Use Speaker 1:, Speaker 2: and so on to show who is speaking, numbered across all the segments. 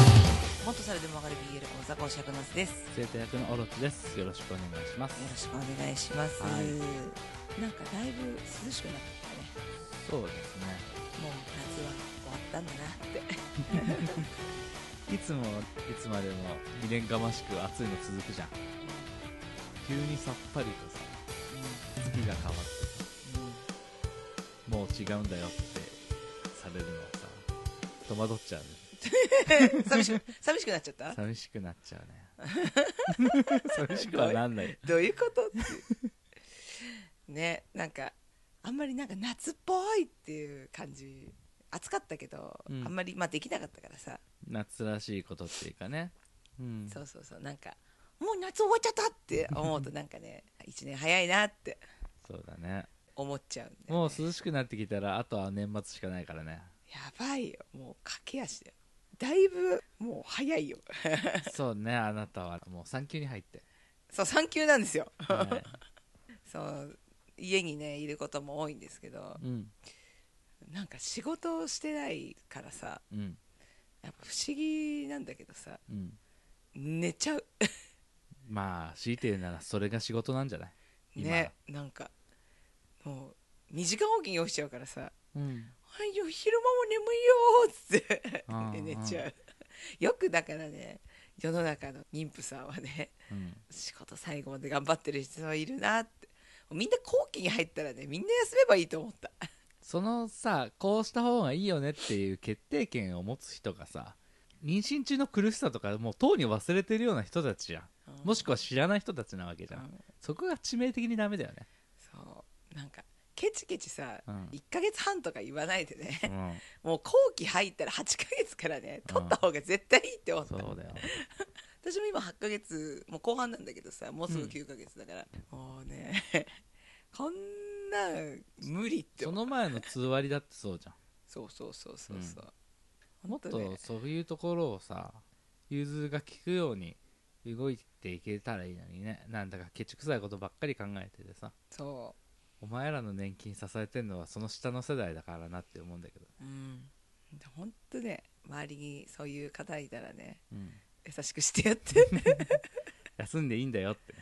Speaker 1: シャルでもわかる BL 講座講師役のですよ
Speaker 2: 生徒役のオロチですよろしくお願いします
Speaker 1: ろしくお願いします、
Speaker 2: は
Speaker 1: なんかだいぶ涼しくなってきたね
Speaker 2: そうですね
Speaker 1: もう夏は終わったんだなって
Speaker 2: いつもいつまでも未練がましく暑いの続くじゃん急にさっぱりとさ月が変わってもう違うんだよってされるのはさ戸惑っちゃうね
Speaker 1: うん、寂しく寂しくなっちゃった
Speaker 2: 寂しくなっちゃうね寂しくはなんない
Speaker 1: どういうことってねなんかあんまりなんか夏っぽいっていう感じ暑かったけど、
Speaker 2: うん
Speaker 1: あんまり、まあ、できなかったからさ、
Speaker 2: 夏らしいことっていうかねうん
Speaker 1: そうそうそうなんかもう夏終わっちゃったって思うとなんかね1年早いなって
Speaker 2: そうだね
Speaker 1: 思っちゃうんで、
Speaker 2: もう涼しくなってきたらあとは年末しかないからね
Speaker 1: やばいよもう駆け足だよだいぶもう早いよ
Speaker 2: そうねあなたはもう産休に入って、
Speaker 1: そう産休なんですよ、
Speaker 2: は
Speaker 1: そう家にねいることも多いんですけど
Speaker 2: い、うん
Speaker 1: なんか仕事をしてないからさ
Speaker 2: うん
Speaker 1: やっぱ不思議なんだけどさ
Speaker 2: うん
Speaker 1: 寝ちゃう
Speaker 2: まあ強いて言うならそれが仕事なんじゃない今
Speaker 1: ねなんかもう2時間おきに起きちゃうからさ
Speaker 2: うん
Speaker 1: 「はいよ昼間も眠いよ」っ
Speaker 2: あ
Speaker 1: つって
Speaker 2: ー
Speaker 1: 寝ちゃうよくだからね世の中の妊婦さんはね
Speaker 2: うん
Speaker 1: 仕事最後まで頑張ってる人はいるなってみんな後期に入ったらねみんな休めばいいと思った
Speaker 2: そのさこうした方がいいよねっていう決定権を持つ人がさ妊娠中の苦しさとかもうとうに忘れてるような人たちじゃんもしくは知らない人たちなわけじゃん、
Speaker 1: うん
Speaker 2: そこが致命的にダメだよね
Speaker 1: そうなんかケチケチさ、
Speaker 2: うん
Speaker 1: 1ヶ月半とか言わないで
Speaker 2: う
Speaker 1: ね
Speaker 2: ん
Speaker 1: もう後期入ったら8ヶ月からね取った方が絶対いいって思った、
Speaker 2: そう だよ
Speaker 1: 私も今8ヶ月もう後半なんだけどさもうすぐ9ヶ月だから、もうね こんなん無理って
Speaker 2: そ
Speaker 1: 思う
Speaker 2: の前の通割りだってそうじゃ
Speaker 1: そうそうそうそうそう、
Speaker 2: んもっ
Speaker 1: 本当ね
Speaker 2: とそういうところをさ融通が利くように動いていけたらいいのにねなんだかケチくさいことばっかり考えててさ
Speaker 1: そ
Speaker 2: お前らの年金支えてんのはその下の世代だからなって思うんだけど、
Speaker 1: ううん本当ね周りにそういう方いたらね
Speaker 2: うん、
Speaker 1: 優しくしてやって、
Speaker 2: 休んでいいんだよって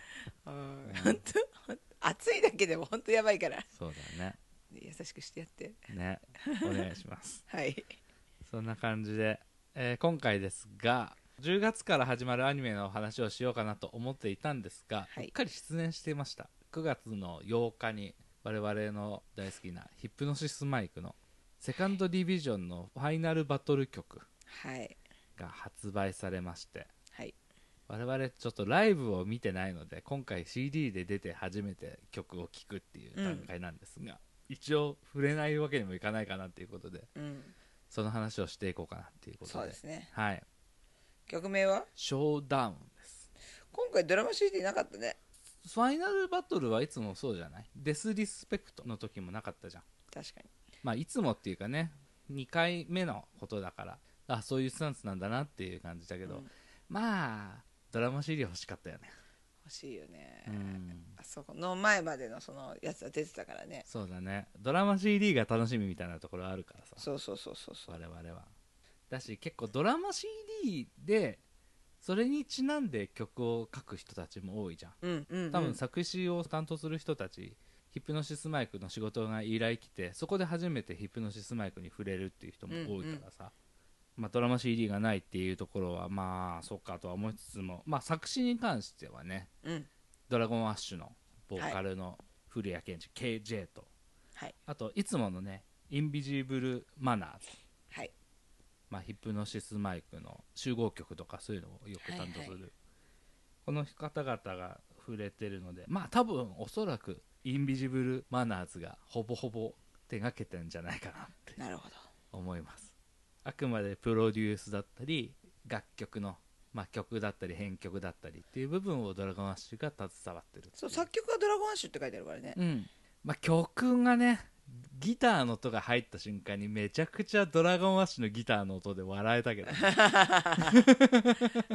Speaker 1: うん、本当本当暑いだけでも本当やばいから
Speaker 2: そうだね
Speaker 1: 優しくしてやって
Speaker 2: ねお願いします
Speaker 1: はい
Speaker 2: そんな感じで、えー今回ですが10月から始まるアニメのお話をしようかなと思っていたんですが、
Speaker 1: はいう
Speaker 2: っかり失念していました9月の8日に我々の大好きなヒップノシスマイクのセカンドディビジョンのファイナルバトル曲
Speaker 1: はい
Speaker 2: が発売されまして
Speaker 1: はい
Speaker 2: 我々ちょっとライブを見てないので今回 CD で出て初めて曲を聴くっていう段階なんですが、一応触れないわけにもいかないかなっていうことで
Speaker 1: うん
Speaker 2: その話をしていこうかなっていうことで
Speaker 1: そうですね
Speaker 2: はい
Speaker 1: 曲名は
Speaker 2: ショーダウンです
Speaker 1: 今回ドラマ CD なかったね
Speaker 2: ファイナルバトルはいつもそうじゃないデスリスペクトの時もなかったじゃん
Speaker 1: 確かに
Speaker 2: まあいつもっていうかね2回目のことだからあそういうスタンスなんだなっていう感じだけど、
Speaker 1: うん
Speaker 2: まあドラマ CD 欲しかったよね
Speaker 1: 欲しいよね、
Speaker 2: うん
Speaker 1: あそこの前までのそのやつは出てたからね
Speaker 2: そうだねドラマ CD が楽しみみたいなところあるからさ
Speaker 1: そうそうそうそうそう
Speaker 2: 我々はだし結構ドラマ CD でそれにちなんで曲を書く人たちも多いじゃん
Speaker 1: うんうん、うん、
Speaker 2: 多分作詞を担当する人たち、ヒプノシスマイクの仕事が依頼来てそこで初めてヒプノシスマイクに触れるっていう人も多いからさ、まあ、ドラマ CD がないっていうところはまあそうかとは思いつつも、まあ、作詞に関してはね
Speaker 1: うん
Speaker 2: ドラゴンアッシュのボーカルの古谷健二 KJ と
Speaker 1: はい
Speaker 2: あといつものねインビジブルマナーズ、
Speaker 1: はい
Speaker 2: まあ、ヒプノシスマイクの集合曲とかそういうのをよく担当する、
Speaker 1: はいは
Speaker 2: この方々が触れてるのでまあ多分おそらくインビジブルマナーズがほぼほぼ手がけてんじゃないかなって
Speaker 1: なるほど
Speaker 2: 思いますあくまでプロデュースだったり楽曲の、まあ、曲だったり編曲だったりっていう部分をドラゴンアッシュが携わってる
Speaker 1: そう作曲は「ドラゴンアッシュ」って書いてあるからね、
Speaker 2: うんまあ、曲がねギターの音が入った瞬間にめちゃくちゃドラゴンアッシュのギターの音で笑えたけ どね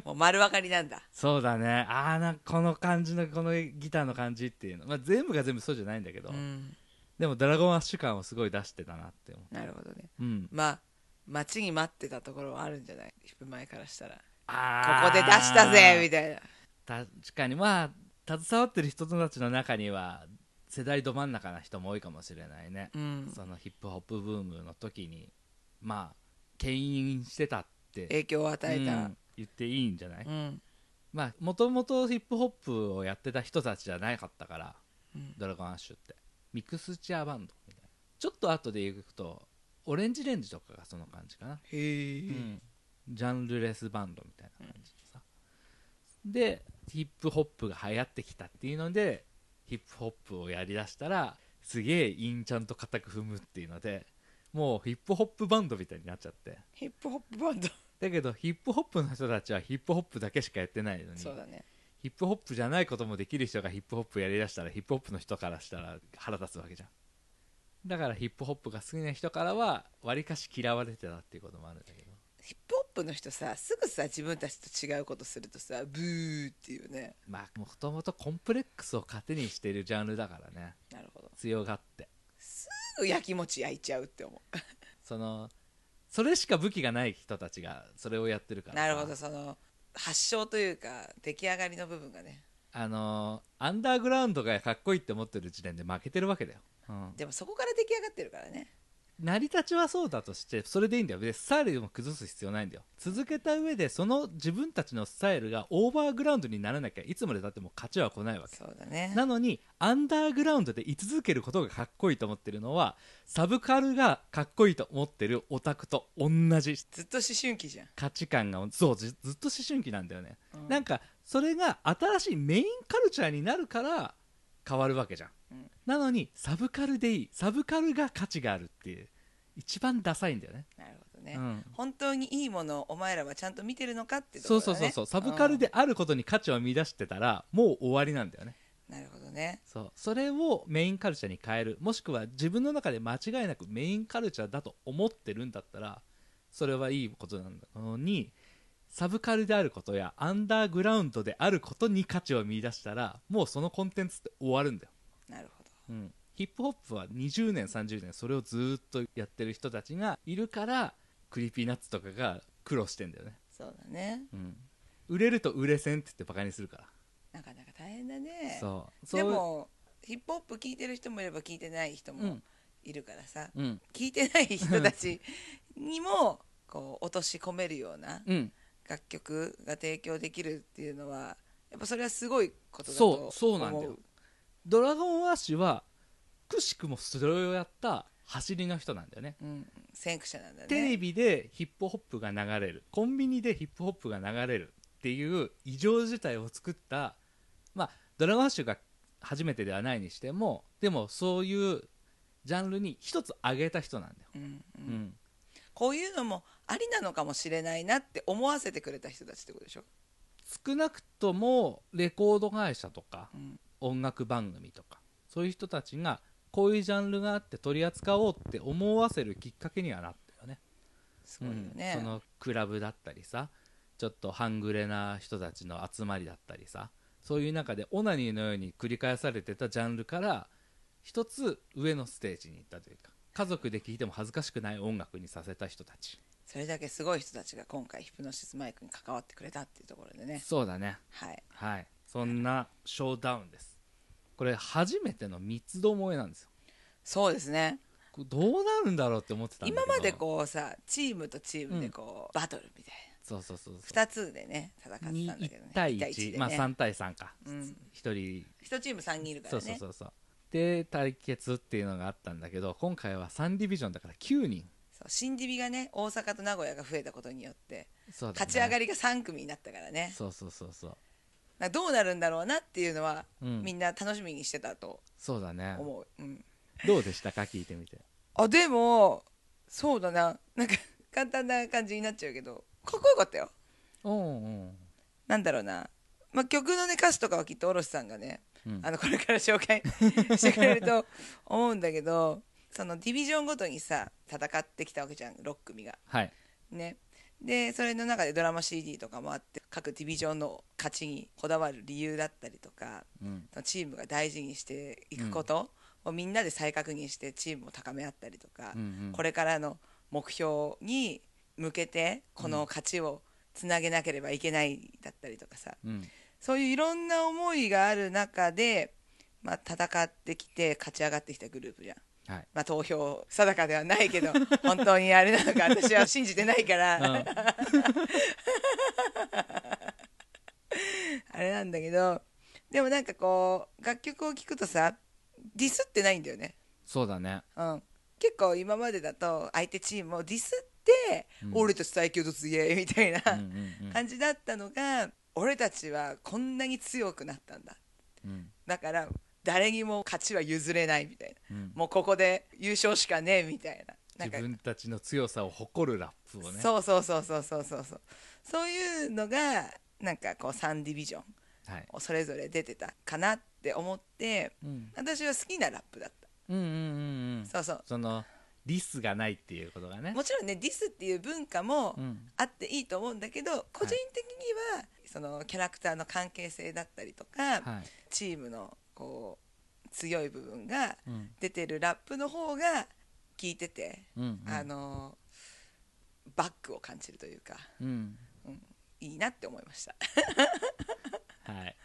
Speaker 1: もう丸分かりなんだ
Speaker 2: そうだねああなんかこの感じのこのギターの感じっていうの、まあ、全部が全部そうじゃないんだけど、
Speaker 1: うん
Speaker 2: でもドラゴンアッシュ感をすごい出してたなって思
Speaker 1: なるほどね
Speaker 2: う、うん、
Speaker 1: まあ待ちに待ってたところはあるんじゃないヒップ前からしたら
Speaker 2: あー
Speaker 1: ここで出したぜみたいな
Speaker 2: 確かにまあ携わってる人たちの中には世代ど真ん中な人も多いかもしれないね、
Speaker 1: うん
Speaker 2: そのヒップホップブームの時にまあ牽引してたって、
Speaker 1: 影響を与え
Speaker 2: う
Speaker 1: た
Speaker 2: ん言っていいんじゃない、
Speaker 1: うん
Speaker 2: まあもともとヒップホップをやってた人たちじゃなかったから
Speaker 1: うん
Speaker 2: ドラゴンアッシュってミックスチェアバンドみたいなちょっと後で行くとオレンジレンジとかがその感じかな、
Speaker 1: へえ
Speaker 2: ジャンルレスバンドみたいな感じでさ、でヒップホップが流行ってきたっていうのでヒップホップをやりだしたらすげえインちゃんと固く踏むっていうのでもうヒップホップバンドみたいになっちゃって
Speaker 1: ヒップホップバンド
Speaker 2: だけどヒップホップの人たちはヒップホップだけしかやってないのに
Speaker 1: そうだね
Speaker 2: ヒップホップじゃないこともできる人がヒップホップやりだしたらヒップホップの人からしたら腹立つわけじゃんだからヒップホップが好きな人からはわりかし嫌われてたっていうこともあるんだけど
Speaker 1: ヒップホップの人さすぐさ自分たちと違うことするとさブーっていうね
Speaker 2: まあもともとコンプレックスを糧にしてるジャンルだからね
Speaker 1: なるほど
Speaker 2: 強がって
Speaker 1: すぐ焼きもち焼いちゃうって思う
Speaker 2: そのそれしか武器がない人たちがそれをやってるからさ
Speaker 1: なるほどその発祥というか出来上がりの部分がね
Speaker 2: あのアンダーグラウンドがかっこいいって思ってる時点で負けてるわけだよ、うん、
Speaker 1: でもそこから出来上がってるからね
Speaker 2: 成り立ちはそうだとしてそれでいいんだよでスタイルも崩す必要ないんだよ続けた上でその自分たちのスタイルがオーバーグラウンドにならなきゃいつまでたっても勝ちは来ないわけ
Speaker 1: そうだね
Speaker 2: なのにアンダーグラウンドで居続けることがかっこいいと思ってるのはサブカルがかっこいいと思ってるオタクと同じ
Speaker 1: ずっと思春期じゃん
Speaker 2: 価値観がそうずずっと思春期なんだよね、
Speaker 1: うん
Speaker 2: なんかそれが新しいメインカルチャーになるから変わるわけじゃん、
Speaker 1: うん
Speaker 2: なのにサブカルでいいサブカルが価値があるっていう一番ダサいんだよね
Speaker 1: なるほどね、
Speaker 2: うん
Speaker 1: 本当にいいものをお前らはちゃんと見てるのかってとこ
Speaker 2: そ
Speaker 1: ろ
Speaker 2: う
Speaker 1: だ、ね、
Speaker 2: そうそうそうサブカルであることに価値を見出してたらもう終わりなんだよね
Speaker 1: うん、なるほどね
Speaker 2: そうそれをメインカルチャーに変えるもしくは自分の中で間違いなくメインカルチャーだと思ってるんだったらそれはいいことなんだのにサブカルであることやアンダーグラウンドであることに価値を見出したらもうそのコンテンツって終わるんだよ、
Speaker 1: なるほど
Speaker 2: うん、ヒップホップは20年30年それをずーっとやってる人たちがいるからクリーピーナッツとかが苦労してんだよね、
Speaker 1: そうだね
Speaker 2: うん、売れると売れ線って言ってバカにするから、
Speaker 1: なかなか大変だね
Speaker 2: そうそう
Speaker 1: でもヒップホップ聞いてる人もいれば聞いてない人
Speaker 2: う
Speaker 1: も
Speaker 2: ん
Speaker 1: いるからさ、
Speaker 2: うん
Speaker 1: 聞いてない人たちにもこう落とし込めるような
Speaker 2: うん
Speaker 1: 楽曲が提供できるっていうのはやっぱそれはすごいことだと
Speaker 2: そ
Speaker 1: 思う
Speaker 2: うそうなんだよドラゴンアッシュはくしくもそれをやった走りの人なんだよね
Speaker 1: うん、先駆者なんだね
Speaker 2: テレビでヒップホップが流れるコンビニでヒップホップが流れるっていう異常事態を作ったまあドラゴンアッシュが初めてではないにしてもでもそういうジャンルに一つ上げた人なんだよ、
Speaker 1: うんう
Speaker 2: うんん、
Speaker 1: こういうのもありなのかもしれないなって思わせてくれた人たちってことでしょ、
Speaker 2: 少なくともレコード会社とか
Speaker 1: うん
Speaker 2: 音楽番組とかそういう人たちがこういうジャンルがあって取り扱おうって思わせるきっかけにはなったよね
Speaker 1: すごいよね、
Speaker 2: うんそのクラブだったりさちょっと半グレな人たちの集まりだったりさそういう中でオナニーのように繰り返されてたジャンルから一つ上のステージに行ったというか家族で聴いても恥ずかしくない音楽にさせた人たち
Speaker 1: それだけすごい人たちが今回ヒプノシスマイクに関わってくれたっていうところでね
Speaker 2: そうだね
Speaker 1: はい
Speaker 2: はいそんなショーダウンですこれ初めての三つどもえなんですよ
Speaker 1: そうですね
Speaker 2: これどうなるんだろうって思ってたんだけど
Speaker 1: 今までこうさチームとチームでこう、バトルみたい
Speaker 2: そうそうそうそう
Speaker 1: な2つでね戦ってたんだけどね
Speaker 2: 1対
Speaker 1: 一
Speaker 2: 1、
Speaker 1: でね、
Speaker 2: まあ3対3か、
Speaker 1: うん
Speaker 2: 一人
Speaker 1: 1チーム3人いるから
Speaker 2: そう
Speaker 1: ね
Speaker 2: そうそうそうで対決っていうのがあったんだけど今回は3ディビジョンだから9人
Speaker 1: そう新ディビがね大阪と名古屋が増えたことによって
Speaker 2: そうだね、
Speaker 1: 勝ち上が
Speaker 2: り
Speaker 1: りが3組になったからね
Speaker 2: そうそうそうそう
Speaker 1: なんかどうなるんだろうなっていうのは、
Speaker 2: うん
Speaker 1: みんな楽しみにしてたと
Speaker 2: そうだね
Speaker 1: 思う、うん、
Speaker 2: どうでしたか聞いてみて
Speaker 1: あでもそうだななんか 簡単な感じになっちゃうけどかっこよかったよ
Speaker 2: うんうん
Speaker 1: なんだろうな、まあ、曲のね歌詞とかはきっとおろしさんがね、
Speaker 2: うん
Speaker 1: あのこれから紹介 してくれると思うんだけどそのディビジョンごとにさ戦ってきたわけじゃん6組が。
Speaker 2: はい
Speaker 1: ねでそれの中でドラマ CD とかもあって各ディビジョンの勝ちにこだわる理由だったりとか
Speaker 2: うん
Speaker 1: そのチームが大事にしていくことをみんなで再確認してチームを高め合ったりとか、
Speaker 2: うんうん
Speaker 1: これからの目標に向けてこの勝ちをつなげなければいけないだったりとかさ
Speaker 2: うん
Speaker 1: そういういろんな思いがある中で、まあ、戦ってきて勝ち上がってきたグループじゃん。
Speaker 2: はい
Speaker 1: まあ、投票定かではない けど本当にあれなのか私は信じてないから、
Speaker 2: うん
Speaker 1: あれなんだけどでもなんかこう楽曲を聴くとさディスってないんだよね、
Speaker 2: そう だね
Speaker 1: うん、結構今までだと相手チームをディスって、
Speaker 2: うん
Speaker 1: 俺たち最強と強えみたいな
Speaker 2: うんうん
Speaker 1: 感じだったのが、俺たちはこんなに強くなったんだ
Speaker 2: うん
Speaker 1: だから誰にも勝ちは譲れないみたいな
Speaker 2: うん
Speaker 1: もうここで優勝しかねえみたいななんか
Speaker 2: 自分たちの強さを誇るラップをね
Speaker 1: そうそうそうそうそうそうそうそういうのがなんかこう3ディビジョン
Speaker 2: はい
Speaker 1: をそれぞれ出てたかなって思って
Speaker 2: うん
Speaker 1: 私は好きなラップだっ
Speaker 2: うんうんうんうん
Speaker 1: たそうそう
Speaker 2: そのリスがないっていうことがね
Speaker 1: もちろんねディスっていう文化も
Speaker 2: うん
Speaker 1: あっていいと思うんだけど個人的にはそのキャラクターの関係性だったりとか
Speaker 2: はい
Speaker 1: チームのこう強い部分が
Speaker 2: うん
Speaker 1: 出てるラップの方が聞いてて
Speaker 2: うんうん
Speaker 1: あのバックを感じるというか
Speaker 2: うん
Speaker 1: いいなって思いました。
Speaker 2: はい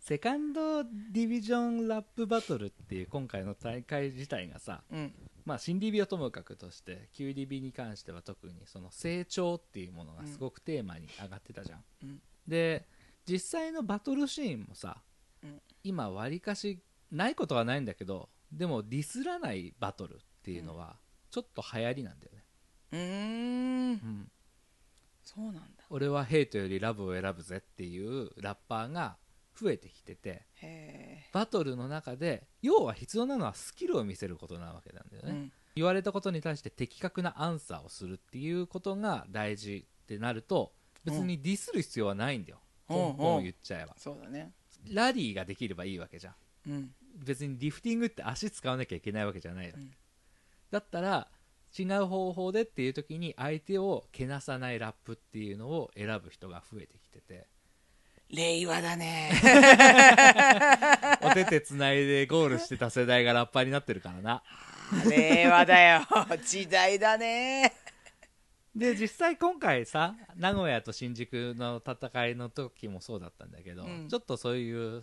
Speaker 2: セカンドディビジョンラップバトルっていう今回の大会自体がさ
Speaker 1: うん
Speaker 2: まあ新 DB はともかくとして QDB に関しては特にその成長っていうものがすごくテーマに上がってたじゃん、
Speaker 1: うん
Speaker 2: で実際のバトルシーンもさ、
Speaker 1: うん
Speaker 2: 今わりかしないことはないんだけどでもディスらないバトルっていうのはちょっと流行りなんだよね、
Speaker 1: うーん
Speaker 2: うん
Speaker 1: そうなんだ
Speaker 2: 俺はヘイトよりラブを選ぶぜっていうラッパーが増えてきてて
Speaker 1: へ
Speaker 2: バトルの中で要は必要なのはスキルを見せることなわけなんだよ
Speaker 1: え、
Speaker 2: ね、言われたことに対して的確なアンサーをするっていうことが大事ってなると別にディスる必要はないんだよ、
Speaker 1: うん
Speaker 2: ポンポン言っちゃえば、
Speaker 1: そうだね
Speaker 2: ラリーができればいいわけじゃん
Speaker 1: うん
Speaker 2: 別にリフティングって足使わなきゃいけないわけじゃないよ、
Speaker 1: うん
Speaker 2: だったら違う方法でっていう時に相手をけなさないラップっていうのを選ぶ人が増えてきて て
Speaker 1: 令和だね
Speaker 2: お手手つないでゴールしてた世代がラッパーになってるからな
Speaker 1: 令和だよ 時代だね
Speaker 2: で実際今回さ名古屋と新宿の戦いの時もそうだったんだけど、
Speaker 1: うん
Speaker 2: ちょっとそういう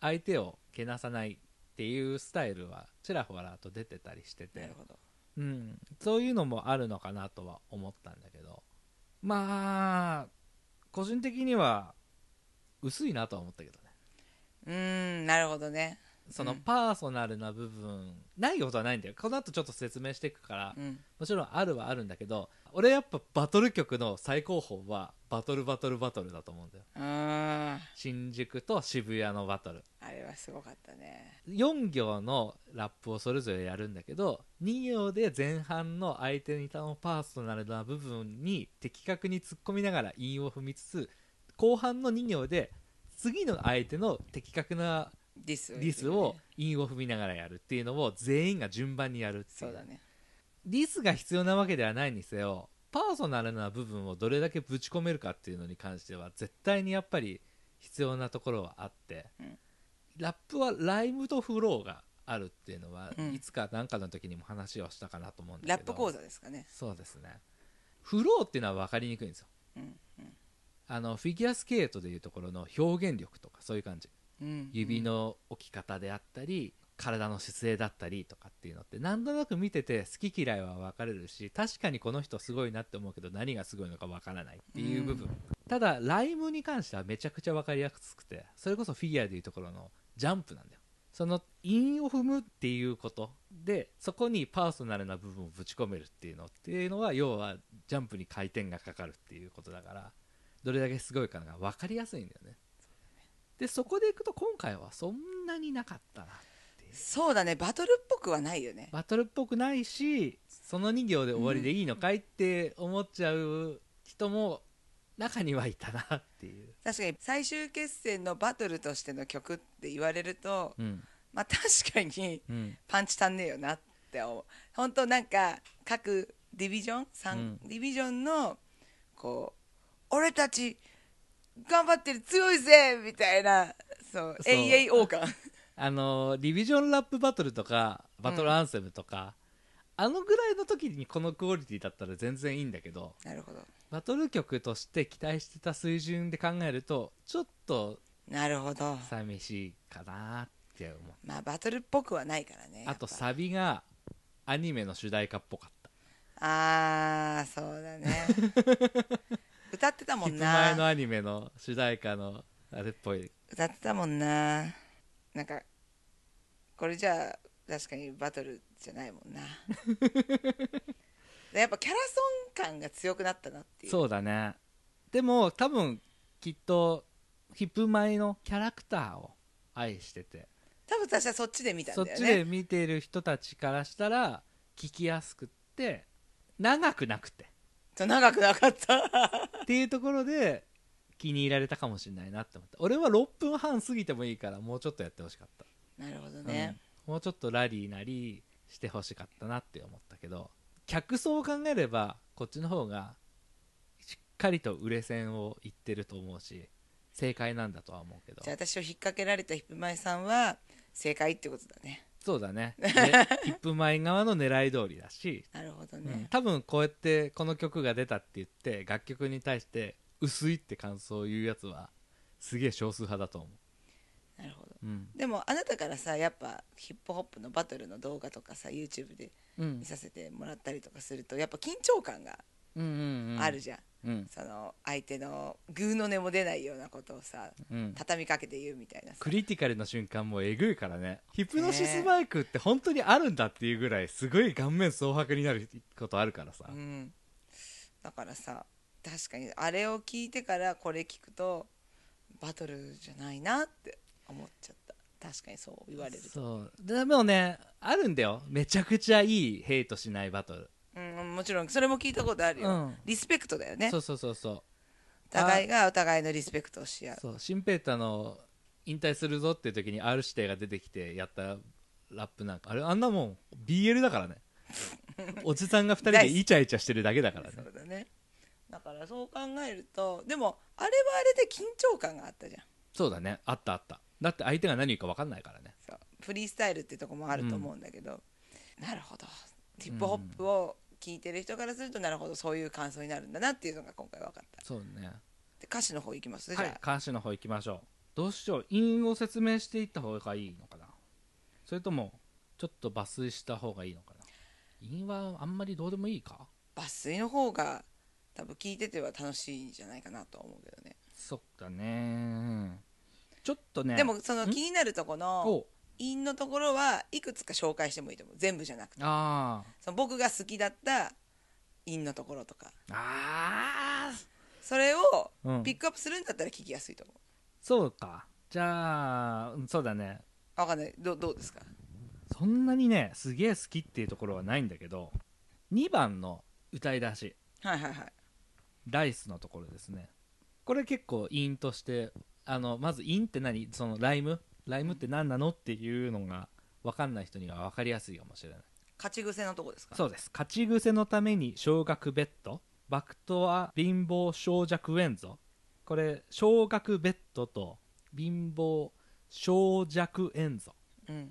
Speaker 2: 相手をけなさないっていうスタイルはちらほらと出てたりしてて、
Speaker 1: ほど
Speaker 2: うん、そういうのもあるのかなとは思ったんだけどまあ個人的には薄いなとは思ったけどね
Speaker 1: うーんなるほどね
Speaker 2: その
Speaker 1: うん
Speaker 2: パーソナルな部分、ないことはないんだよこの後ちょっと説明していくから、
Speaker 1: うん
Speaker 2: もちろんあるはあるんだけど俺やっぱバトル曲の最高峰はバトルバトルバトルだと思うんだよ
Speaker 1: あー
Speaker 2: 新宿と渋谷のバトル
Speaker 1: あれはすごかったね
Speaker 2: 4行のラップをそれぞれやるんだけど2行で前半の相手のパーソナルな部分に的確に突っ込みながら韻を踏みつつ後半の2行で次の相手の的確な
Speaker 1: ディス
Speaker 2: リスを韻を踏みながらやるっていうのを全員が順番にやるってい
Speaker 1: そう
Speaker 2: う
Speaker 1: だね
Speaker 2: リスが必要なわけではないにせよパーソナルな部分をどれだけぶち込めるかっていうのに関しては絶対にやっぱり必要なところはあって、
Speaker 1: うん
Speaker 2: ラップはライムとフローがあるっていうのは、
Speaker 1: うん
Speaker 2: いつか何かの時にも話をしたかなと思うんだけど
Speaker 1: ラップ講座ですかね
Speaker 2: そうですねフローっていうのは分かりにくいんですよ
Speaker 1: うん
Speaker 2: あのフィギュアスケートでいうところの表現力とかそういう感じ
Speaker 1: うん
Speaker 2: 指の置き方であったり、体の姿勢だったりとかっていうのって何となく見てて好き嫌いは分かれるし確かにこの人すごいなって思うけど何がすごいのか分からないっていう部分、ただライムに関してはめちゃくちゃ分かりやすくてそれこそフィギュアでいうところのジャンプなんだよその韻を踏むっていうことでそこにパーソナルな部分をぶち込めるっていうのっていうのは要はジャンプに回転がかかるっていうことだからどれだけすごいかが分かりやすいんだよねでそこでいくと今回はそんなになかったな
Speaker 1: そうだねバトルっぽくはないよね
Speaker 2: バトルっぽくないしその2行で終わりでいいのかいって思っちゃう人も中にはいたなっていう、
Speaker 1: 確かに最終決戦のバトルとしての曲って言われると
Speaker 2: うん
Speaker 1: まあ確かに
Speaker 2: うん
Speaker 1: パンチ足んねえよなって思う本当なんか各ディビジョン3、
Speaker 2: うん
Speaker 1: ディビジョンのこう俺たち頑張ってる強いぜみたいなそう
Speaker 2: そう
Speaker 1: AAO 感
Speaker 2: あのーリビジョンラップバトルとかバトルアンセムとか、あのぐらいの時にこのクオリティだったら全然いいんだけど
Speaker 1: なるほど
Speaker 2: バトル曲として期待してた水準で考えるとちょっと
Speaker 1: なるほど
Speaker 2: 寂しいかなって思う
Speaker 1: まあバトルっぽくはないからね
Speaker 2: あと
Speaker 1: さ
Speaker 2: サビがアニメの主題歌っぽかった
Speaker 1: あーそうだ ね歌ってたも
Speaker 2: 聞
Speaker 1: ん
Speaker 2: く前の
Speaker 1: な
Speaker 2: アニメの主題歌のあれっぽい
Speaker 1: 歌ってたもんななんかこれじゃあ確かにバトルじゃないもん なやっぱキャラソン感が強くなったなっていう
Speaker 2: そうだねでも多分きっとヒップマイのキャラクターを愛してて、
Speaker 1: 多分私はそっちで見た
Speaker 2: そ
Speaker 1: ん
Speaker 2: っ
Speaker 1: だよ
Speaker 2: ちで
Speaker 1: ね
Speaker 2: 見ている人たちからしたら聞きやすくって長くなくて
Speaker 1: そう長くなかった
Speaker 2: っていうところで気に入られたかもしれないなって思った俺は6分半過ぎてもいいからもうちょっとやってほしかった
Speaker 1: なるほどね、
Speaker 2: うんもうちょっとラリーなりしてほしかったなって思ったけど客層を考えればこっちの方がしっかりと売れ線をいってると思うし正解なんだとは思うけど
Speaker 1: じゃあ私を引っ掛けられたひっぷまえさんは正解ってことだね
Speaker 2: そうだ ねでヒップマイ側の狙い通りだし、
Speaker 1: なるほど
Speaker 2: うん
Speaker 1: ね、
Speaker 2: 多分こうやってこの曲が出たって言って楽曲に対して薄いって感想を言うやつはすげえ少数派だと思
Speaker 1: なるほど
Speaker 2: う、うん
Speaker 1: でもあなたからさやっぱヒップホップのバトルの動画とかさ YouTube で
Speaker 2: うん
Speaker 1: 見、させてもらったりとかするとやっぱ緊張感が
Speaker 2: うんうんうん
Speaker 1: あるじゃん、
Speaker 2: うん
Speaker 1: その相手のグーの音も出ないようなことをさ
Speaker 2: うん
Speaker 1: 畳みかけて言うみたいなさ
Speaker 2: クリティカルな瞬間もえぐいからねヒプノシスマイクって本当にあるんだっていうぐらいすごい顔面蒼白になることあるからさ、
Speaker 1: うん、だからさ確かにあれを聞いてからこれ聞くとバトルじゃないなって思っちゃった確かにそう言われると
Speaker 2: そうでもねあるんだよめちゃくちゃいいヘイトしないバトル、
Speaker 1: うん、もちろんそれも聞いたことあるよ、
Speaker 2: うん
Speaker 1: リスペクトだよね
Speaker 2: そうそうそうそう
Speaker 1: お互いがお互いのリスペクトをし合う
Speaker 2: そうシンペーターの引退するぞっていう時に R 指定が出てきてやったラップなんかあれあんなもん BL だから ねおじさんが2人でイチャイチャしてるだけだからね
Speaker 1: そうだねだからそう考えるとでもあれはあれで緊張感があったじゃん
Speaker 2: そうだねあったあっただって相手が何言うか分かんないからね
Speaker 1: そうフリースタイルってとこもあると思うんだけど、なるほどヒップホップを聞いてる人からすると、なるほどそういう感想になるんだなっていうのが今回分かった
Speaker 2: そうね
Speaker 1: で歌詞の方いきますじ
Speaker 2: は
Speaker 1: ゃ
Speaker 2: い、歌詞の方行きましょうどうしよう韻を説明していった方がいいのかなそれともちょっと抜粋した方がいいのかな韻はあんまりどうでもいいか
Speaker 1: あ抜粋の方が多分聞いてては楽しいんじゃないかなとは思うけどね
Speaker 2: そっかねちょっとね
Speaker 1: でもその
Speaker 2: ん
Speaker 1: 気になるとこの
Speaker 2: お
Speaker 1: 韻のところはいくつか紹介してもいいと思う全部じゃなくて
Speaker 2: あ
Speaker 1: その僕が好きだった韻のところとか
Speaker 2: ーあー
Speaker 1: それを
Speaker 2: うん
Speaker 1: ピックアップするんだったら聞きやすいと思う、
Speaker 2: そうかじゃあうんそうだね
Speaker 1: わかんないどどうですか
Speaker 2: そんなにねすげえ好きっていうところはないんだけど2番の歌い出し
Speaker 1: はいはいはい
Speaker 2: ライスのところですねこれ結構インとしてあのまずインって何そのライムライムって何なのっていうのが分かんない人には分かりやすいかもしれない
Speaker 1: 勝ち癖のとこですか
Speaker 2: そうです勝ち癖のために少額ベッドバクトは貧乏小弱円ぞこれ少額ベッドと貧乏小弱円ぞ
Speaker 1: うん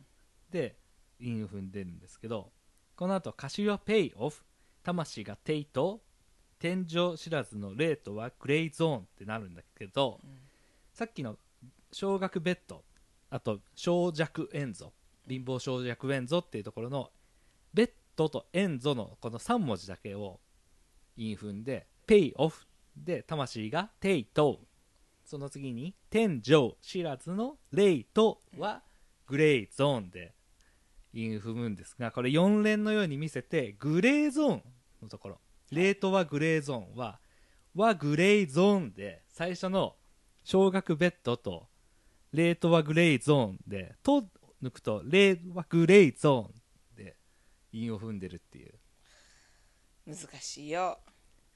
Speaker 2: で韻を踏んでるんですけどこの後カシオペイオフ魂がテイト天井知らずのレートはグレイゾーンってなるんだけど、
Speaker 1: うん
Speaker 2: さっきの小学ベッドあと小弱円ゾ貧乏小弱円ゾっていうところのベッドと円ゾのこの3文字だけを韻踏んでペイオフで魂がテイトその次に天井知らずのレイトはグレイゾーンで韻を踏むんですがこれ4連のように見せてグレーゾーンのところレートはグレーゾーンははグレーゾーンで最初の小学ベッドとレートはグレーゾーンでと抜くとレートはグレーゾーンで韻を踏んでるっていう
Speaker 1: 難しいよ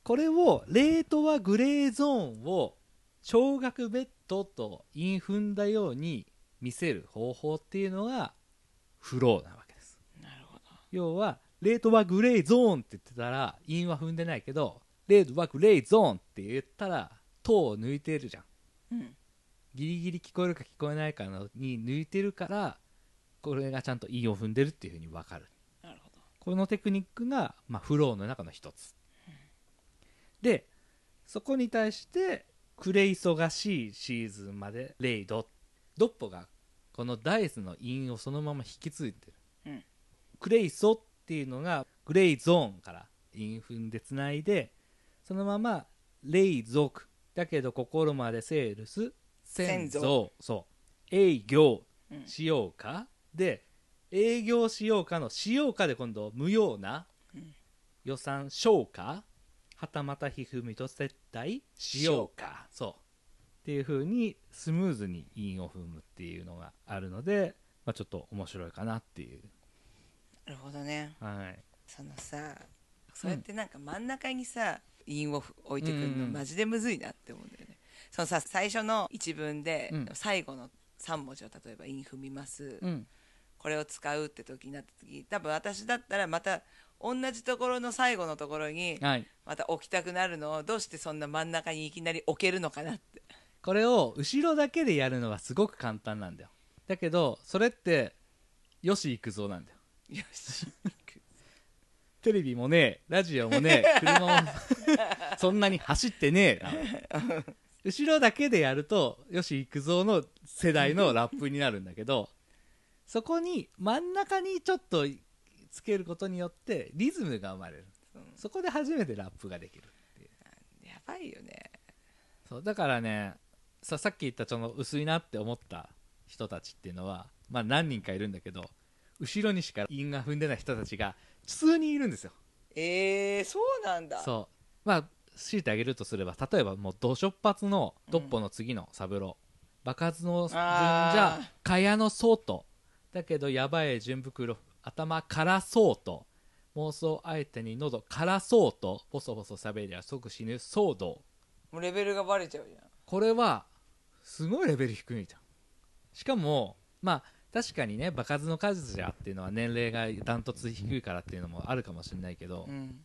Speaker 2: これをレートはグレーゾーンを小学ベッドと韻踏んだように見せる方法っていうのがフローなわけです
Speaker 1: なるほど
Speaker 2: 要はレートはグレーゾーンって言ってたら韻は踏んでないけどレートはグレーゾーンって言ったら「と」を抜いてるじゃん
Speaker 1: うん
Speaker 2: ギリギリ聞こえるか聞こえないかのに抜いてるからこれがちゃんと韻を踏んでるっていうふうに分かる
Speaker 1: なるほど
Speaker 2: このテクニックが、まあ、フローの中の一つでそこに対して暮れ忙しいシーズンまでレイドドッポがこのダイスの韻をそのまま引き継いでる、
Speaker 1: うん
Speaker 2: クレイソっていうのがグレイゾーンから韻踏んでつないでそのままレイ族だけど心までセールス先
Speaker 1: 先祖
Speaker 2: 祖そう営業
Speaker 1: うん
Speaker 2: しようか、で営業しようかのしようかで今度無用な
Speaker 1: うん
Speaker 2: 予算消化はたまたひふみと接待しようかそうっていう風にスムーズに韻を踏むっていうのがあるので、まあ、ちょっと面白いかなっていう
Speaker 1: なるほどね
Speaker 2: はい
Speaker 1: そのさそうやってなんか真ん中にさ韻を置いてくるの
Speaker 2: うん
Speaker 1: マジでむずいなって思うんだよね、そのさ最初の一文で、
Speaker 2: うん
Speaker 1: 最後の3文字を例えば韻踏みます、
Speaker 2: うん
Speaker 1: これを使うって時になった時多分私だったらまた同じところの最後のところに
Speaker 2: はい
Speaker 1: また置きたくなるのをどうしてそんな真ん中にいきなり置けるのかなって
Speaker 2: これを後ろだけでやるのはすごく簡単なんだよだけどそれってよし行くぞなんだよ
Speaker 1: よし
Speaker 2: テレビもねえラジオもねえ車もそんなに走ってねえな後ろだけでやるとよし行くぞの世代のラップになるんだけどそこに真ん中にちょっとつけることによってリズムが生まれる
Speaker 1: うん
Speaker 2: そこで初めてラップができるっていう
Speaker 1: やばいよね
Speaker 2: そうだからねささっき言ったその薄いなって思った人たちっていうのは、まあ、何人かいるんだけど後ろにしか韻が踏んでない人たちが普通にいるんですよ
Speaker 1: えー、そうなんだ
Speaker 2: そうまあ強いてあげるとすれば例えばもう土初っ発のドッポの次の三郎、爆発の順じゃ
Speaker 1: あー
Speaker 2: 蚊帳の相当だけどやばい順袋頭から相当妄想相手に喉から相当ボソボソ喋りゃ即死ぬ騒動
Speaker 1: もうレベルがバレちゃうじゃん
Speaker 2: これはすごいレベル低いじゃんしかもまあ確かにね場数の数じゃっていうのは年齢がダントツ低いからっていうのもあるかもしれないけど、
Speaker 1: うん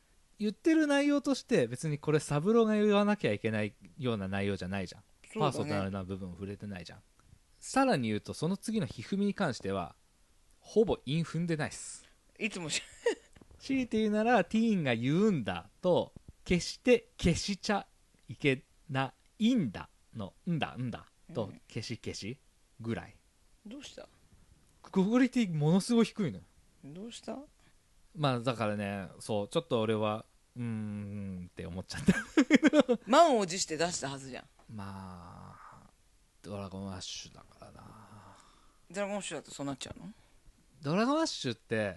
Speaker 2: 言ってる内容として別にこれ三郎が言わなきゃいけないような内容じゃないじゃん、
Speaker 1: そう
Speaker 2: パ
Speaker 1: だ
Speaker 2: ー
Speaker 1: ね
Speaker 2: ソナルな部分触れてないじゃんさらに言うとその次のひふみに関してはほぼ韻踏んでないっす
Speaker 1: いつもし
Speaker 2: 強いて言うならティーンが言うんだと決して消しちゃいけないんだのんだんだと消し消しぐらい
Speaker 1: どうした
Speaker 2: クオリティものすごい低いのよ
Speaker 1: どうした
Speaker 2: まあだからねそうちょっと俺はうーんって思っちゃった
Speaker 1: 満を持して出したはずじゃん
Speaker 2: まあドラゴンアッシュだからな
Speaker 1: ドラゴンシュだとそうなっちゃうの
Speaker 2: ドラゴンアッシュって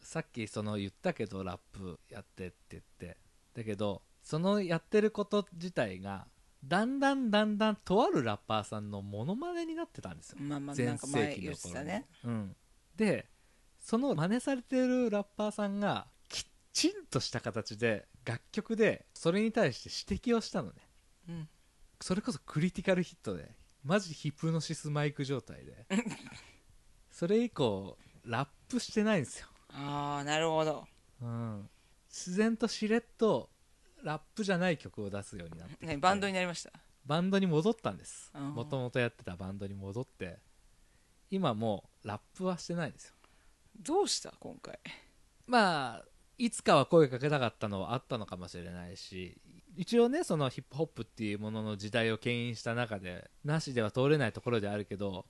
Speaker 2: さっきその言ったけどラップやってって言ってだけどそのやってること自体がだんだんだんだんとあるラッパーさんのモノマネになってたんですよ
Speaker 1: まあまあな
Speaker 2: 全
Speaker 1: んか
Speaker 2: 盛
Speaker 1: 前
Speaker 2: 期
Speaker 1: 言
Speaker 2: の
Speaker 1: って
Speaker 2: 頃
Speaker 1: た
Speaker 2: の
Speaker 1: ね
Speaker 2: うん、でその真似されてるラッパーさんがきっちんとした形で楽曲でそれに対して指摘をしたのね
Speaker 1: うん
Speaker 2: それこそクリティカルヒットでマジヒプノシスマイク状態 でそれ以降ラップしてないんですよ、
Speaker 1: ああなるほど
Speaker 2: うん、自然としれっとラップじゃない曲を出すようになってきて
Speaker 1: ねバンドになりました
Speaker 2: バンドに戻ったんです
Speaker 1: あー
Speaker 2: もともとやってたバンドに戻って今もうラップはしてないんですよ
Speaker 1: どうした今回
Speaker 2: まあいつかは声かけたかったのはあったのかもしれないし一応ねそのヒップホップっていうものの時代を牽引した中でなしでは通れないところであるけど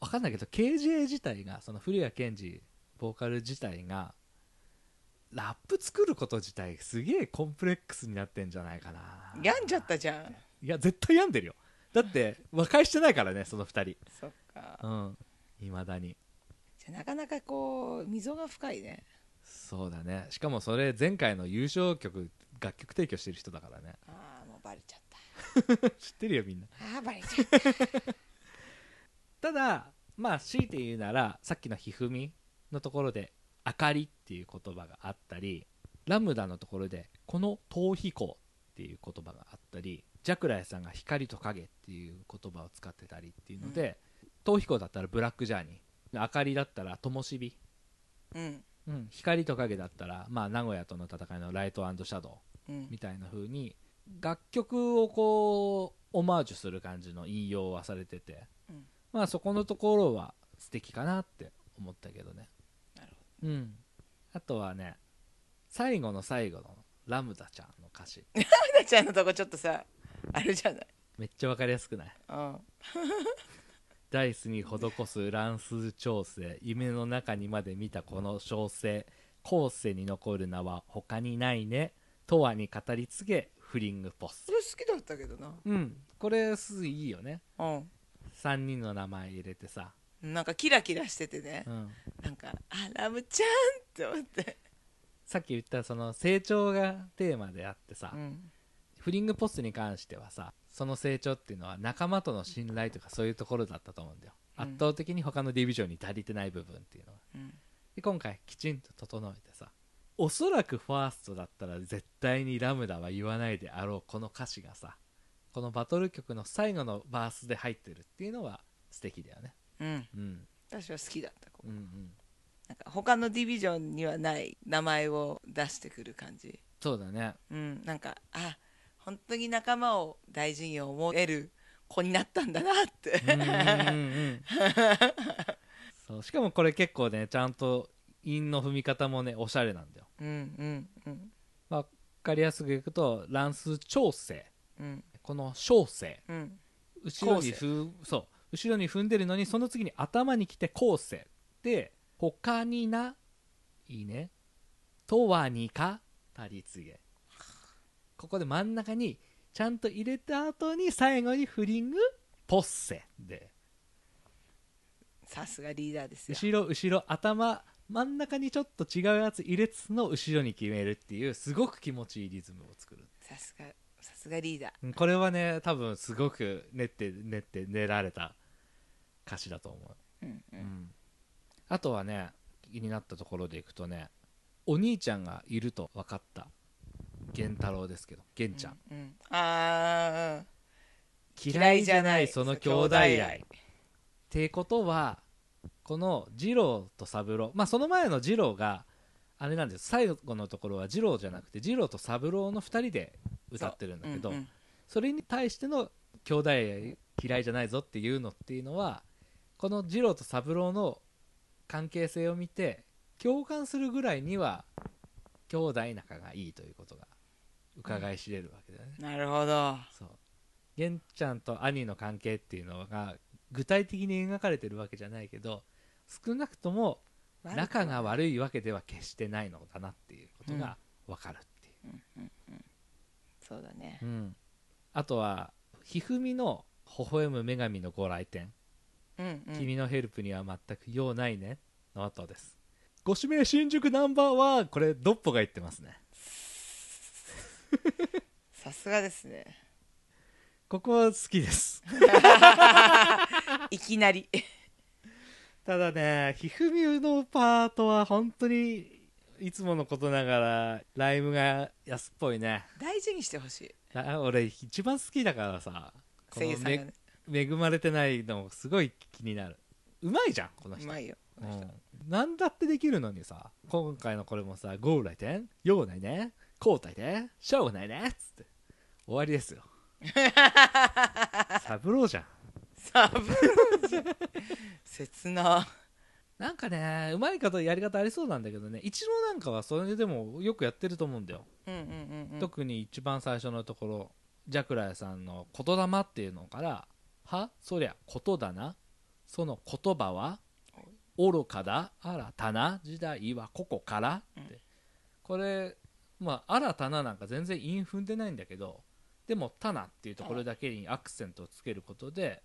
Speaker 2: わかんないけど KJ 自体がその古谷健二ボーカル自体がラップ作ること自体すげえコンプレックスになってんじゃないかな
Speaker 1: 病んじゃったじゃん
Speaker 2: いや絶対病んでるよだって和解してないからねその2
Speaker 1: そっか
Speaker 2: 人うんいまだに
Speaker 1: じゃあなかなかこう溝が深いね
Speaker 2: そうだねしかもそれ前回の優勝曲楽曲提供してる人だからね
Speaker 1: ああもうバレちゃった
Speaker 2: 知ってるよみんな
Speaker 1: ああバレちゃった
Speaker 2: だまあ強いて言うならさっきの「ひふみ」のところで「明かり」っていう言葉があったりラムダのところで「この逃避光」っていう言葉があったりジャクラヤさんが「光と影」っていう言葉を使ってたりっていうので、逃避光だったら「ブラックジャーニー」明かりだったら「灯火」
Speaker 1: たうん
Speaker 2: うん、光と影だったら、まあ、名古屋との戦いの「ライトシャドウ」
Speaker 1: うん
Speaker 2: みたいな風に楽曲をこうオマージュする感じの引用はされてて、
Speaker 1: うん
Speaker 2: まあそこのところは素敵かなって思ったけどね
Speaker 1: なるほ
Speaker 2: うんあとはね最後の最後のラムダちゃんの歌詞
Speaker 1: なちゃんのとこちょっとさあれじゃない
Speaker 2: めっちゃわかりやすくない
Speaker 1: うん
Speaker 2: ダイスに施す乱数調整夢の中にまで見たこの小生後世に残る名は他にないね永遠に語り継げフリングポス
Speaker 1: それ好きだったけどな
Speaker 2: うんこれすごいいいよね
Speaker 1: う
Speaker 2: 3人の名前入れてさ、
Speaker 1: んなんかキラキラしててね
Speaker 2: うん、
Speaker 1: なんか「あラムちゃん」って思って
Speaker 2: さっき言ったその成長がテーマであってさ、
Speaker 1: うん
Speaker 2: フリングポストに関してはさその成長っていうのは仲間との信頼とかそういうところだったと思うんだよ、
Speaker 1: うん
Speaker 2: 圧倒的に他のディビジョンに足りてない部分っていうのは
Speaker 1: うん
Speaker 2: で今回きちんと整えてさおそらくファーストだったら絶対にラムダは言わないであろうこの歌詞がさこのバトル曲の最後のバースで入ってるっていうのは素敵だよね
Speaker 1: うん
Speaker 2: うん
Speaker 1: 私は好きだったこ
Speaker 2: うんうん
Speaker 1: なんか他のディビジョンにはない名前を出してくる感じ
Speaker 2: そうだね
Speaker 1: うんなんかあ本当に仲間を大事に思える子になったんだなって
Speaker 2: うんうんうんうんそうしかもこれ結構ねちゃんと韻の踏み方もねおしゃれなんだよ
Speaker 1: うんうんうん
Speaker 2: わかりやすくいくと乱数調整
Speaker 1: うん
Speaker 2: この小生
Speaker 1: うん
Speaker 2: 後ろに
Speaker 1: 後
Speaker 2: ふそう後ろに踏んでるのにその次に頭に来て後世で他にないいねとはにか足りつげここで真ん中にちゃんと入れた後に最後にフリングポッセで
Speaker 1: さすがリーダーですよ
Speaker 2: 後ろ後ろ頭真ん中にちょっと違うやつ入れつつの後ろに決めるっていうすごく気持ちいいリズムを作る
Speaker 1: さすがさすがリーダー
Speaker 2: うんこれはね多分すごく練って練って練られた歌詞だと思う
Speaker 1: うんう
Speaker 2: うんんあとはね気になったところでいくとねお兄ちゃんがいると分かった源太郎ですけど源ちゃん、
Speaker 1: うんああ
Speaker 2: 嫌いじゃないその兄弟愛ってことはこの二郎と三郎まあその前の二郎があれなんです最後のところは二郎じゃなくて二郎と三郎の2人で歌ってるんだけど、
Speaker 1: うんうん
Speaker 2: それに対しての兄弟愛嫌いじゃないぞっていうのっていうのはこの二郎と三郎の関係性を見て共感するぐらいには兄弟仲がいいということが伺い知れるわけだよね、
Speaker 1: なるほど
Speaker 2: そう玄ちゃんと兄の関係っていうのが具体的に描かれてるわけじゃないけど少なくとも仲が悪いわけでは決してないのだなっていうことが分かるっていう
Speaker 1: そうだね
Speaker 2: うん、あとはひふみの微笑む女神のご来店、
Speaker 1: うんうん
Speaker 2: 君のヘルプには全く用ないねの後ですご指名新宿ナンバーワンこれドッポが言ってますね
Speaker 1: さすがですね
Speaker 2: ここは好きです
Speaker 1: いきなり
Speaker 2: ただねひふみのパートは本当にいつものことながらライムが安っぽいね
Speaker 1: 大事にしてほしい
Speaker 2: あ俺一番好きだからさこの
Speaker 1: 声優さんがね
Speaker 2: め恵まれてないのすごい気になるうまいじゃんこの
Speaker 1: う
Speaker 2: 人
Speaker 1: まいよこの人
Speaker 2: うん、なんだってできるのにさ今回のこれもさ「ゴール来店用ないね交代でしょうないね」っつって終わりで すよサブローじゃん
Speaker 1: サブローズ切な
Speaker 2: なんかねうまい方やり方ありそうなんだけどね一郎なんかはそれでもよくやってると思うんだよ、
Speaker 1: うんうんうんうん
Speaker 2: 特に一番最初のところジャクラヤさんの「言霊」っていうのから「はそりゃことだなその言葉は愚かだ新たな時代はここから」って、これまあ「新たな」なんか全然韻踏んでないんだけどでも「たな」っていうところだけにアクセントをつけることで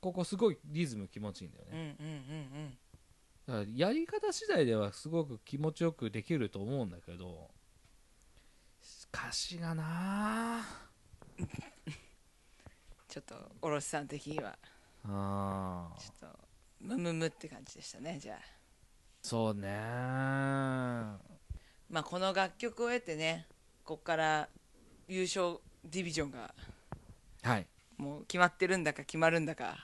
Speaker 2: ここすごいリズム気持ちいいんだよね
Speaker 1: うんうんうん
Speaker 2: だからやり方次第ではすごく気持ちよくできると思うんだけど歌詞がな
Speaker 1: ちょっとおろしさん的には
Speaker 2: ああ
Speaker 1: ちょっとムムムって感じでしたねじゃあ
Speaker 2: そうね
Speaker 1: まあこの楽曲を得てねここから優勝ディビジョンが
Speaker 2: はい
Speaker 1: もう決まってるんだか決まるんだか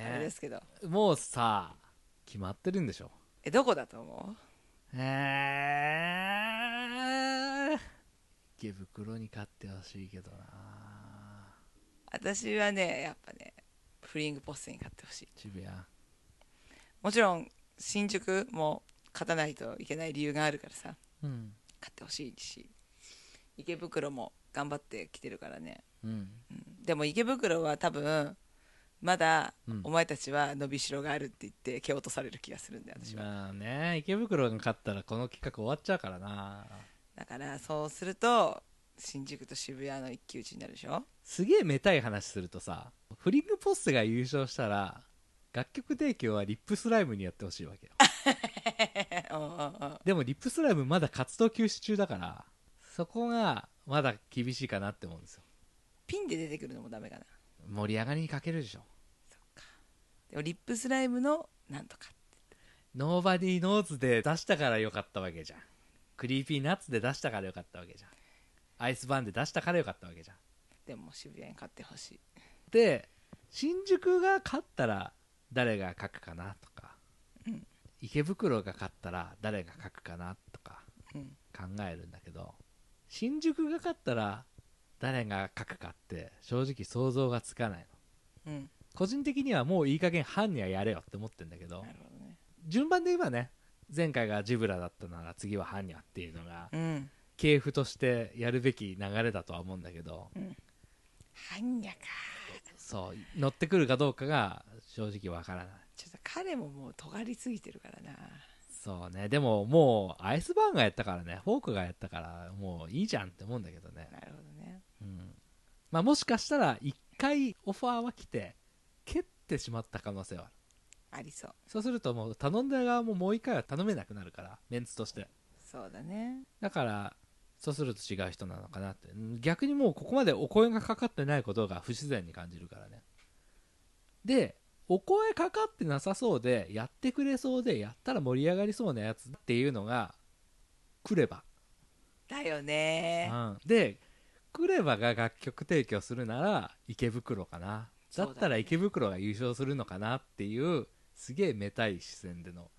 Speaker 1: あれですけど
Speaker 2: もうさ決まってるんでしょ
Speaker 1: えどこだと思
Speaker 2: えー池袋に勝ってほしいけどな
Speaker 1: う私はねやっぱねフリングポストに買ってほしい
Speaker 2: 渋谷
Speaker 1: もちろん新宿も勝たないといけない理由があるからさ
Speaker 2: うん
Speaker 1: 勝ってほしいし池袋も頑張ってきてるからね、
Speaker 2: うん
Speaker 1: うんでも池袋は多分まだ
Speaker 2: うん
Speaker 1: お前たちは伸びしろがあるって言って蹴落とされる気がするんだよ私は、
Speaker 2: まあね池袋が勝ったらこの企画終わっちゃうからな
Speaker 1: だからそうすると新宿と渋谷の一騎打ちになるでしょ
Speaker 2: すげえめたい話するとさフリングポッセが優勝したら楽曲提供はリップスライムにやってほしいわけよ
Speaker 1: うんうんうん
Speaker 2: でもリップスライムまだ活動休止中だからそこがまだ厳しいかなって思うんですよ
Speaker 1: ピンで出てくるのもダメかな
Speaker 2: 盛り上がりに欠けるでしょ
Speaker 1: でもリップスライムのなんとか
Speaker 2: ノーバディーノーズで出したからよかったわけじゃん。クリーピーナッツで出したからよかったわけじゃん。アイスバーンで出したからよかったわけじゃん。
Speaker 1: でも渋谷に勝ってほしい
Speaker 2: で、新宿が勝ったら誰が書くかなとか、
Speaker 1: うん
Speaker 2: 池袋が勝ったら誰が書くかなとか
Speaker 1: うん
Speaker 2: 考えるんだけど、新宿が勝ったら誰が書くかって正直想像がつかないの。
Speaker 1: うん
Speaker 2: 個人的にはもういい加減犯にはやれよって思ってんだけど
Speaker 1: な、るほどね
Speaker 2: 順番で言えばね、前回がジブラだったなら次はハンニャっていうのが
Speaker 1: うん
Speaker 2: 系譜としてやるべき流れだとは思うんだけど
Speaker 1: はんにゃか
Speaker 2: そう乗ってくるかどうかが正直わからない
Speaker 1: ちょっと彼ももう尖りすぎてるからな
Speaker 2: そうねでももうアイスバーンがやったからねフォークがやったからもういいじゃんって思うんだけどね、
Speaker 1: なるほどね
Speaker 2: うんまあ、もしかしたら一回オファーは来て蹴ってしまった可能性はある
Speaker 1: ありそう
Speaker 2: そうするともう頼んだ側ももう一回は頼めなくなるからメンツとして
Speaker 1: そうだね
Speaker 2: だからそうすると違う人なのかなってうん逆にもうここまでお声がかかってないことが不自然に感じるからねでお声かかってなさそうでやってくれそうでやったら盛り上がりそうなやつっていうのがクレバ、
Speaker 1: だよ
Speaker 2: う
Speaker 1: ね
Speaker 2: ん、でクレバが楽曲提供するなら池袋かなだ
Speaker 1: そ
Speaker 2: った
Speaker 1: うだ
Speaker 2: ら
Speaker 1: ね
Speaker 2: 池袋が優勝するのかなっていうすげえめたい視線での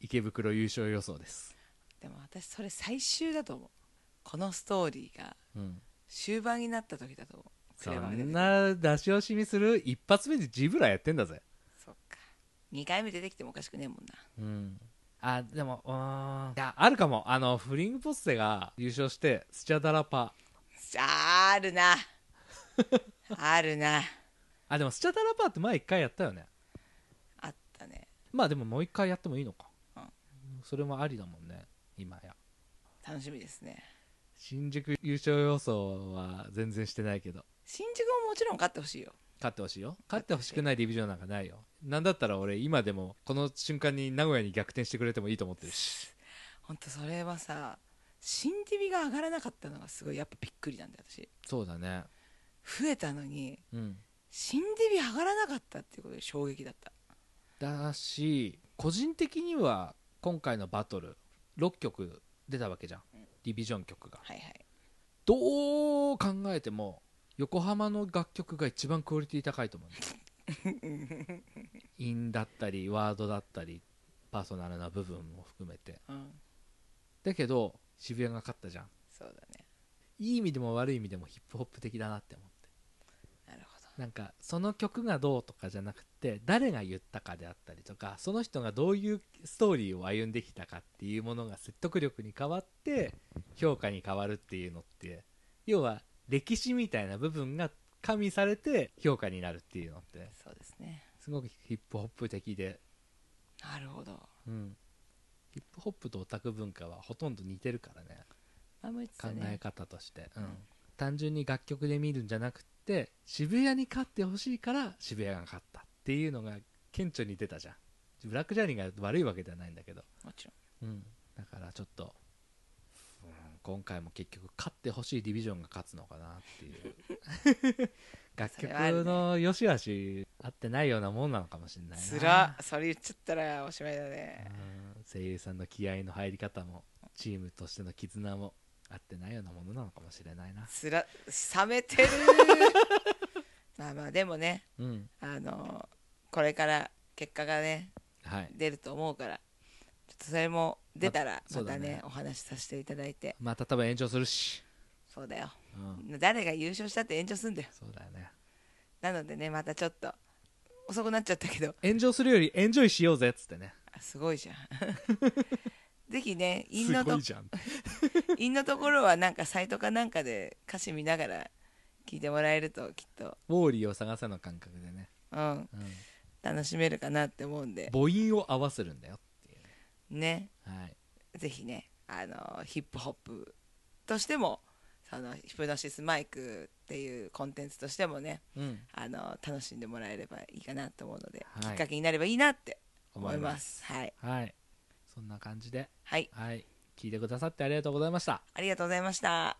Speaker 2: 池袋優勝予想です、
Speaker 1: でも私それ最終だと思うこのストーリーが
Speaker 2: うん、
Speaker 1: 終盤になった時だと思うク
Speaker 2: そ
Speaker 1: レバーが出てく
Speaker 2: ん
Speaker 1: る
Speaker 2: な出し惜しみする一発目でジブラやってんだぜ
Speaker 1: そっか2回目出てきてもおかしくねえもんな
Speaker 2: うんあでもうーんいやあるかもあのフリングポッセが優勝してスチャダラパ
Speaker 1: あーある なあるな
Speaker 2: あでもスチャダラパって前一回やったよね
Speaker 1: あったね
Speaker 2: まあでももう一回やってもいいのか、
Speaker 1: うん
Speaker 2: それもありだもんね今や
Speaker 1: 楽しみですね
Speaker 2: 新宿優勝予想は全然してないけど
Speaker 1: 新宿ももちろん勝ってほしいよ
Speaker 2: 勝ってほしいよ勝ってほしくないディビジョンなんかないよなんだったら俺今でもこの瞬間に名古屋に逆転してくれてもいいと思ってるし
Speaker 1: ほんとそれはさ新ディビが上がらなかったのがすごいやっぱびっくりなんだよ私
Speaker 2: そうだね
Speaker 1: 増えたのに
Speaker 2: うん
Speaker 1: 新ディビ上がらなかったっていうことで衝撃だった
Speaker 2: だし個人的には今回のバトル6曲出たわけじゃんディビジョン曲が
Speaker 1: はいはい
Speaker 2: どう考えても横浜の楽曲が一番クオリティ高いと思うね インだったりワードだったりパーソナルな部分も含めて
Speaker 1: うん
Speaker 2: だけど渋谷が勝ったじゃん
Speaker 1: そうだね
Speaker 2: いい意味でも悪い意味でもヒップホップ的だなって思って
Speaker 1: なるほど
Speaker 2: なんかその曲がどうとかじゃなくて誰が言ったかであったりとかその人がどういうストーリーを歩んできたかっていうものが説得力に変わって評価に変わるっていうのって要は歴史みたいな部分が加味されて評価になるっていうのって
Speaker 1: そうですね
Speaker 2: すごくヒップホップ的で、
Speaker 1: なるほど
Speaker 2: うん、ヒップホップとオタク文化はほとんど似てるからね
Speaker 1: あんまり
Speaker 2: 考
Speaker 1: 言ってた
Speaker 2: え
Speaker 1: ね
Speaker 2: 方として、うん単純に楽曲で見るんじゃなくて渋谷に勝ってほしいから渋谷が勝ったっていうのが顕著に出たじゃんブラックジャーニーが悪いわけではないんだけど、
Speaker 1: もちろん
Speaker 2: うんだからちょっと、うん今回も結局勝ってほしいディビジョンが勝つのかなっていう 楽曲の良し悪し合ってないようなもんなのかもしれないな
Speaker 1: つらそれ言っちゃったらおしまいだね
Speaker 2: うん声優さんの気合の入り方もチームとしての絆も合ってないようなものなのかもしれないな
Speaker 1: つら冷め てるまあまあでもね
Speaker 2: うん
Speaker 1: あのこれから結果がね
Speaker 2: はい
Speaker 1: 出ると思うからちょっとそれも出たら
Speaker 2: ま
Speaker 1: ま
Speaker 2: そうだ
Speaker 1: たね,、
Speaker 2: ね
Speaker 1: お話しさせていただいて
Speaker 2: また多分延長するし、
Speaker 1: そうだよ
Speaker 2: うん、
Speaker 1: 誰が優勝したって延長すんだよ
Speaker 2: そうだよね
Speaker 1: なのでねまたちょっと遅くなっちゃったけど
Speaker 2: 炎上するよりエンジョイしようぜっつってね
Speaker 1: すごいじゃん ぜひね陰
Speaker 2: す
Speaker 1: の
Speaker 2: ご
Speaker 1: と
Speaker 2: いじゃん
Speaker 1: 陰のところはなんかサイトかなんかで歌詞見ながら聞いてもらえるときっと、
Speaker 2: ウォーリーを探せの感覚でね、
Speaker 1: うん、
Speaker 2: うん
Speaker 1: 楽しめるかなって思うんで
Speaker 2: 母音を合わせるんだよっていうね
Speaker 1: ね
Speaker 2: はい
Speaker 1: ぜひねあのヒップホップとしてもそのヒプノシスマイクっていうコンテンツとしてもね
Speaker 2: うん
Speaker 1: あの楽しんでもらえればいいかなと思うので、
Speaker 2: はい
Speaker 1: きっかけになればいいなって思
Speaker 2: 思
Speaker 1: い
Speaker 2: い
Speaker 1: ま
Speaker 2: ます
Speaker 1: はい
Speaker 2: はいそんな感じで
Speaker 1: はい
Speaker 2: はい聞いてくださってありがとうございました
Speaker 1: ありがとうございました